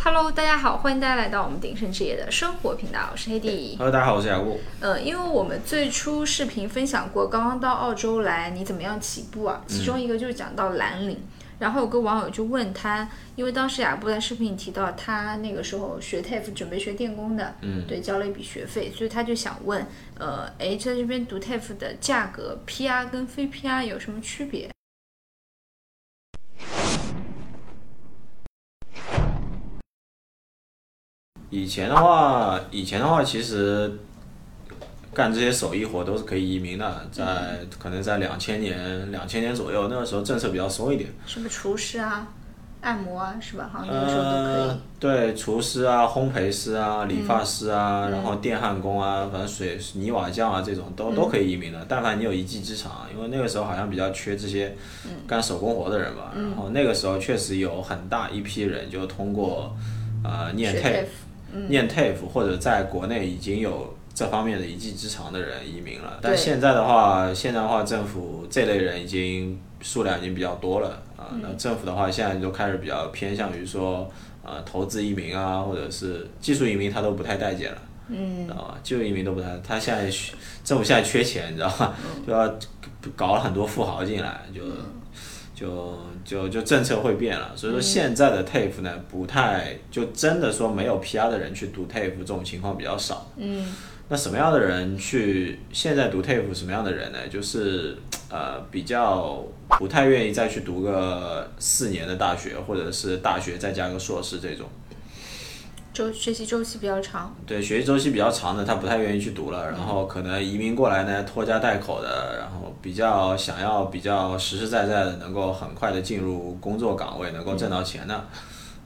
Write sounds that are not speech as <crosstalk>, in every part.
Hello，大家好，欢迎大家来到我们鼎盛置业的生活频道，我是黑弟。 Hello，大家好，我是雅顾。呃，因为我们最初视频分享过，刚刚到澳洲来你怎么样起步嗯啊？其中一个就是讲到蓝领，然后有个网友就问他，因为当时雅布在视频里提到他那个时候学 TAFE 准备学电工的，嗯，对，交了一笔学费，所以他就想问，呃，诶，在这边读 TAFE 的价格 PR 跟非 PR 有什么区别？以前的话，以前的话，其实干这些手艺活都是可以移民的，在、嗯可能在两千年、两千年左右，那个时候政策比较松一点。什么厨师啊、按摩啊，是吧？好像那个时候都可以。呃，对，厨师啊、烘焙师啊、理发师啊，嗯然后电焊工啊，反正水泥瓦匠啊这种嗯都、都可以移民的，但凡你有一技之长，啊因为那个时候好像比较缺这些嗯干手工活的人吧。然后那个时候确实有很大一批人就通过呃念学 E TAFE TAFE 念 TAFE 或者在国内已经有这方面的一技之长的人移民了。对但现在的话，现在的话，政府这类人已经数量已经比较多了啊。那政府的话，现在就开始比较偏向于说，呃，投资移民啊，或者是技术移民，他都不太待见了。嗯，知道吧？技术移民都不太，他现在需政府现在缺钱，你知道吧？ <laughs> 就要搞了很多富豪进来，就就就就政策会变了，所以说现在的 TAFE 呢，不太就真的说没有 PR 的人去读 TAFE 这种情况比较少。嗯，那什么样的人去现在读 TAFE 什么样的人呢？就是呃比较不太愿意再去读个四年的大学，或者是大学再加个硕士这种。周学习周期比较长。对，学习周期比较长的，他不太愿意去读了，然后可能移民过来呢，拖家带口的，然后比较想要比较实实在在的，能够很快的进入工作岗位，能够挣到钱的，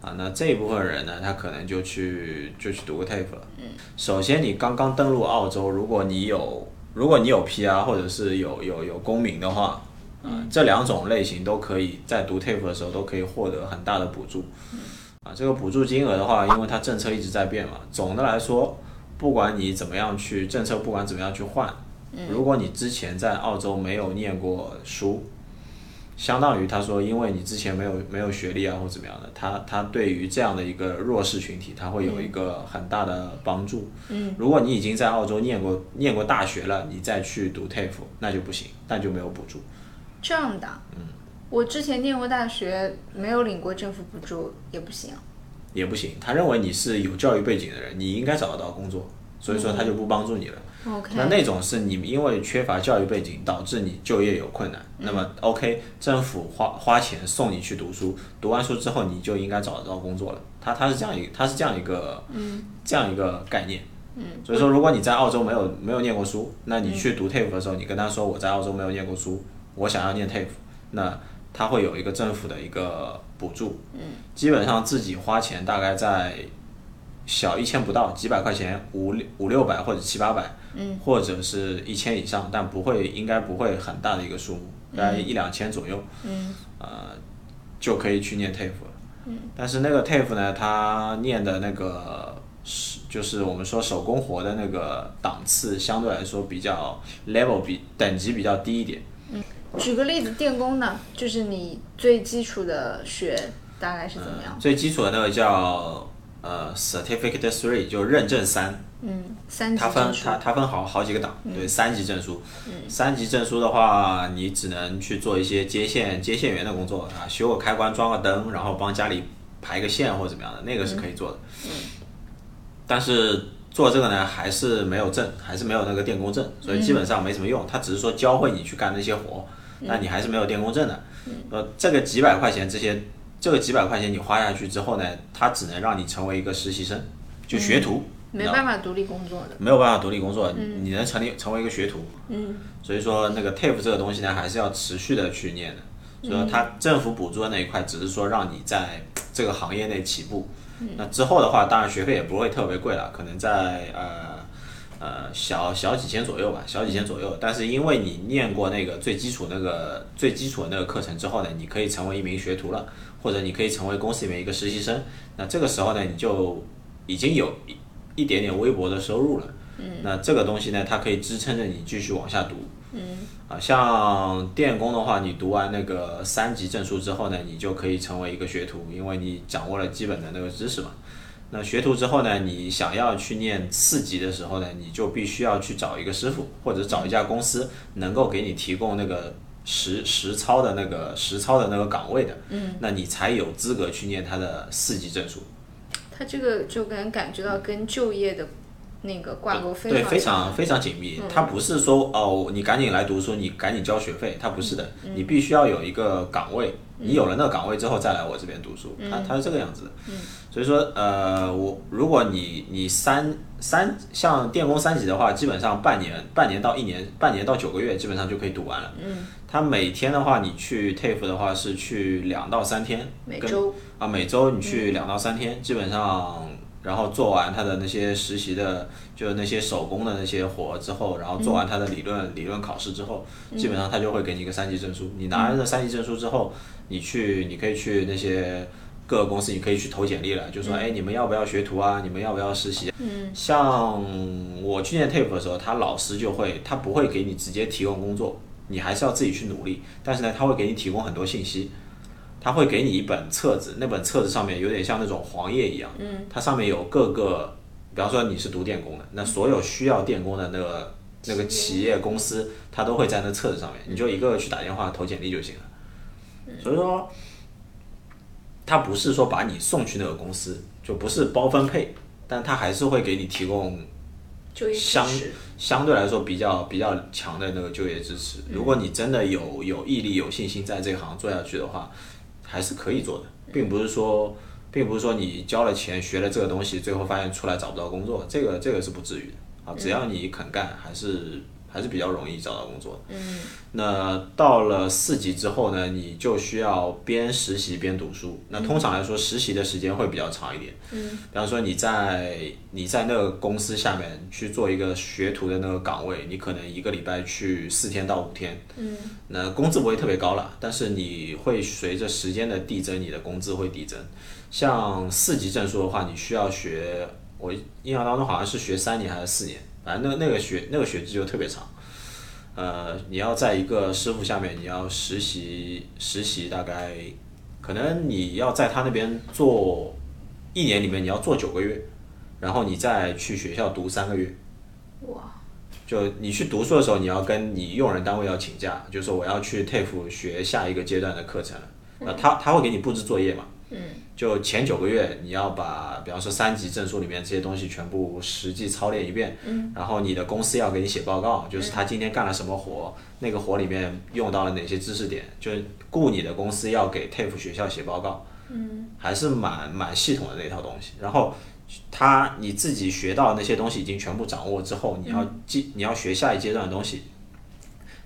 啊，那这一部分人呢，他可能就去就去读个 TAFE 了。嗯，首先你刚刚登陆澳洲，如果你有如果你有 PR 或者是有有有公民的话，啊，这两种类型都可以在读 TAFE 的时候都可以获得很大的补助。啊，这个补助金额的话，因为它政策一直在变嘛，总的来说，不管你怎么样去政策，不管怎么样去换，如果你之前在澳洲没有念过书，相当于他说，因为你之前没有没有学历啊或怎么样的，他他对于这样的一个弱势群体，他会有一个很大的帮助。嗯，如果你已经在澳洲念过念过大学了，你再去读 TAFE 那就不行，那就没有补助。这样的，嗯，我之前念过大学，没有领过政府补助也不行。也不行，他认为你是有教育背景的人，你应该找得到工作，所以说他就不帮助你了。 OK，那那种是你因为缺乏教育背景导致你就业有困难，那么 OK，政府花花钱送你去读书，读完书之后你就应该找得到工作了。他他是这样一他是这样一个嗯这样一个概念。嗯，所以说如果你在澳洲没有没有念过书，那你去读 TAFE 的时候，你跟他说我在澳洲没有念过书，我想要念 TAFE，那他会有一个政府的一个补助。嗯，基本上自己花钱大概在小一千不到，几百块钱，五六五六百或者七八百，嗯，或者是一千以上，但不会，应该不会很大的一个数目，大概一两千左右，嗯，呃，就可以去念 TAFE 了。嗯，但是那个 TAFE 呢，它念的那个是就是我们说手工活的那个档次，相对来说比较 level 比等级比较低一点。举个例子，电工呢，就是你最基础的学大概是怎么样？最基础的那个叫呃 Certificate Three，就认证三。嗯，三级它分证书嗯它它分好好几个档，对，三级证书。三级证书的话，你只能去做一些接线接线员的工作啊，修个开关、装个灯，然后帮家里排个线或者怎么样的，那个是可以做的。嗯但是做这个呢，还是没有证，还是没有那个电工证，所以基本上没什么嗯用。他只是说教会你去干那些活，那你还是没有电工证的。嗯呃，这个几百块钱，这些这个几百块钱你花下去之后呢，它只能让你成为一个实习生，就学徒。嗯没办法独立工作的。嗯没有办法独立工作，你能成立成为一个学徒。嗯，所以说那个 TAFE 这个东西呢，还是要持续的去念的。嗯所以说它政府补助的那一块，只是说让你在这个行业内起步。嗯那之后的话，当然学费也不会特别贵了，可能在呃呃小小几千左右吧，小几千嗯左右。但是因为你念过那个最基础那个最基础的那个课程之后呢，你可以成为一名学徒了，或者你可以成为公司里面一个实习生。那这个时候呢，你就已经有一一点点微薄的收入了。那这个东西呢，它可以支撑着你继续往下读。嗯，啊，像电工的话，你读完那个三级证书之后呢，你就可以成为一个学徒，因为你掌握了基本的那个知识嘛。那学徒之后呢，你想要去念四级的时候呢，你就必须要去找一个师傅，或者找一家公司能够给你提供那个实实操的那个实操的那个岗位的，嗯，那你才有资格去念他的四级证书。他这个就能感觉到跟就业的那个挂钩非常嗯对，非常非常紧密。它不是说哦，你赶紧来读书，你赶紧交学费，它不是的，嗯你必须要有一个岗位，你有了那个岗位之后再来我这边读书，嗯它它是这个样子的。所以说，呃，我如果你你三三像电工三级的话，基本上半年半年到一年，半年到九个月，基本上就可以读完了。嗯，它每天的话，你去 TAFE E 的话是去两到三天，每跟周啊，每周你去两到三天，基本上，然后做完他的那些实习的，就是那些手工的那些活之后，然后做完他的理论、理论考试之后，基本上他就会给你一个三级证书。你拿了这三级证书之后，你去，你可以去那些各个公司，你可以去投简历了，就说，哎，你们要不要学徒啊？你们要不要实习？嗯，像我去念 TAFE 的时候，他老师就会，他不会给你直接提供工作，你还是要自己去努力，但是呢，他会给你提供很多信息。他会给你一本册子，那本册子上面有点像那种黄页一样，嗯，它上面有各个，比方说你是读电工的，那所有需要电工的那个那个企业公司，它都会在那册子上面，你就一个个去打电话投简历就行了。所以说，他不是说把你送去那个公司，就不是包分配，但他还是会给你提供就业支相持。相对来说比较比较强的那个就业支持。如果你真的有有毅力、有信心在这个行做下去的话，还是可以做的，并不是说，并不是说你交了钱学了这个东西，最后发现出来找不到工作，这个这个是不至于的啊。只要你肯干，还是还是比较容易找到工作的。嗯。那到了四级之后呢，你就需要边实习边读书。那通常来说，实习的时间会比较长一点。比方说你在你在那个公司下面去做一个学徒的那个岗位，你可能一个礼拜去四天到五天，嗯，那工资不会特别高了，但是你会随着时间的递增，你的工资会递增。像四级证书的话，你需要学，我印象当中好像是学三年还是四年，反正那那个学那个学制就特别长。呃，你要在一个师傅下面，你要实习实习，大概可能你要在他那边做一年里面你要做九个月，然后你再去学校读三个月。哇，就你去读书的时候，你要跟你用人单位要请假，就是说我要去 TAFE 学下一个阶段的课程了。那他他会给你布置作业嘛？嗯。就前九个月，你要把比方说三级证书里面这些东西全部实际操练一遍。嗯。然后你的公司要给你写报告，就是他今天干了什么活，那个活里面用到了哪些知识点，就是雇你的公司要给 TAFE 学校写报告。嗯。还是蛮蛮系统的那套东西，然后。他你自己学到的那些东西已经全部掌握之后，你要记、你要学下一阶段的东西，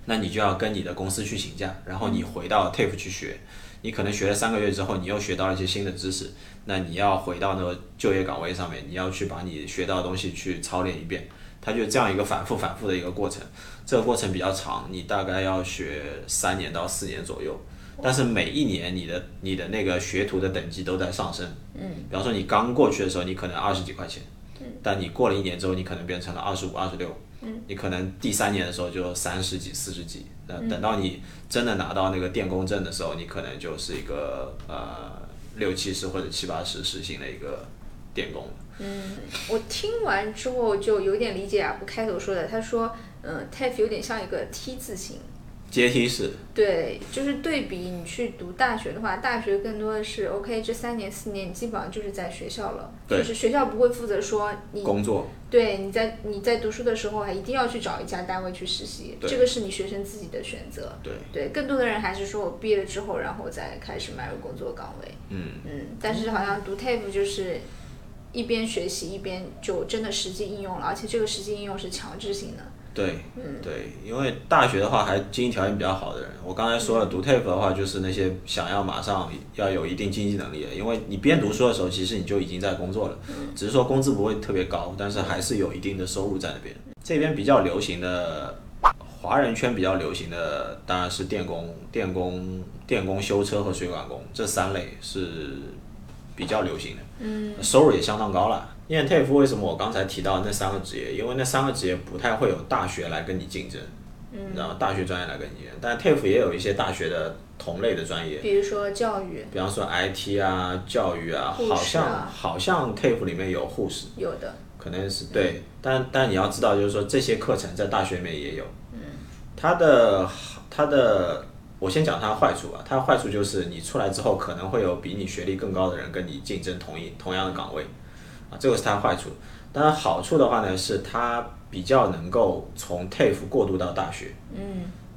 那你就要跟你的公司去请假，然后你回到 TAFE 去学。你可能学了三个月之后，你又学到了一些新的知识，那你要回到那个就业岗位上面，你要去把你学到的东西去操练一遍。它就这样一个反复反复的一个过程，这个过程比较长，你大概要学三年到四年左右。但是每一年你的你的那个学徒的等级都在上升。嗯，比方说你刚过去的时候，你可能二十几块钱，嗯，但你过了一年之后，你可能变成了二十五、二十六，嗯，你可能第三年的时候就三十几、四十几，那等到你真的拿到那个电工证的时候，你可能就是一个呃六七十或者七八十时薪的一个电工。我听完之后就有点理解啊，不开头说的，他说，嗯，TAFE 有点像一个 T 字形，阶梯式，对，就是对比你去读大学的话，大学更多的是 OK，这三年四年你基本上就是在学校了，对就是学校不会负责说你工作对你在你在读书的时候还一定要去找一家单位去实习，对这个是你学生自己的选择。对对，更多的人还是说我毕业了之后，然后再开始迈入工作岗位。嗯嗯，但是好像读 TAFE 就是一边学习一边就真的实际应用了，而且这个实际应用是强制性的。对，对，因为大学的话还经济条件比较好的人，我刚才说了，读 TAFE 的话就是那些想要马上要有一定经济能力的，因为你边读书的时候，其实你就已经在工作了，只是说工资不会特别高，但是还是有一定的收入在那边。这边比较流行的，华人圈比较流行的当然是电工、电工、电工修车和水管工这三类是比较流行的，嗯，收入也相当高了。念 TAFE 为什么我刚才提到那三个职业？因为那三个职业不太会有大学来跟你竞争，嗯然后大学专业来跟你念，但 TAFE 也有一些大学的同类的专业，比如说教育比方说 IT 啊、教育啊，护士啊好像好像 TAFE 里面有护士，有的，可能是对，但但你要知道，就是说这些课程在大学里面也有，它的它的，我先讲它的坏处吧，它的坏处就是你出来之后可能会有比你学历更高的人跟你竞争同一同样的岗位，啊，这个是它的坏处。当然好处的话呢，是它比较能够从 TAFE 过渡到大学，嗯，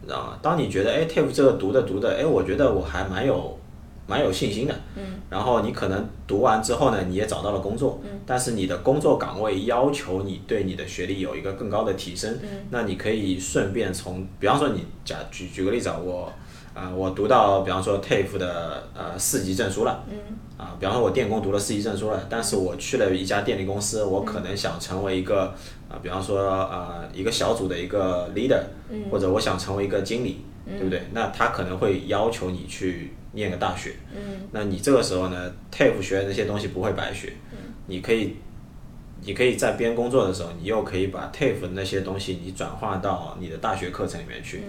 你知道吗？当你觉得哎 TAFE 这个读的读的，哎，我觉得我还蛮有蛮有信心的，嗯，然后你可能读完之后呢，你也找到了工作，嗯，但是你的工作岗位要求你对你的学历有一个更高的提升，嗯，那你可以顺便从，比方说你假举举个例子啊，我。啊，我读到比方说 TAFE 的呃四级证书了，嗯，啊，比方说我电工读了四级证书了，但是我去了一家电力公司，我可能想成为一个啊、比方说呃一个小组的一个 leader，、或者我想成为一个经理，对不对？那他可能会要求你去念个大学，嗯，那你这个时候呢，TAFE 学的那些东西不会白学，你可以。你可以在边工作的时候，你又可以把 TAFE 的那些东西你转化到你的大学课程里面去，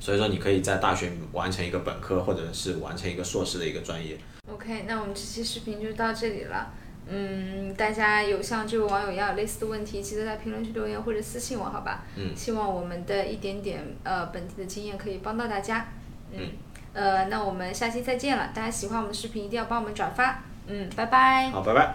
所以说你可以在大学完成一个本科，或者是完成一个硕士的一个专业。 OK，那我们这期视频就到这里了。嗯，大家有像这位网友一样有类似的问题，记得在评论区留言或者私信我，好吧？嗯希望我们的一点点呃本地的经验可以帮到大家。嗯呃，那我们下期再见了。大家喜欢我们的视频，一定要帮我们转发。嗯，拜拜。好，拜拜。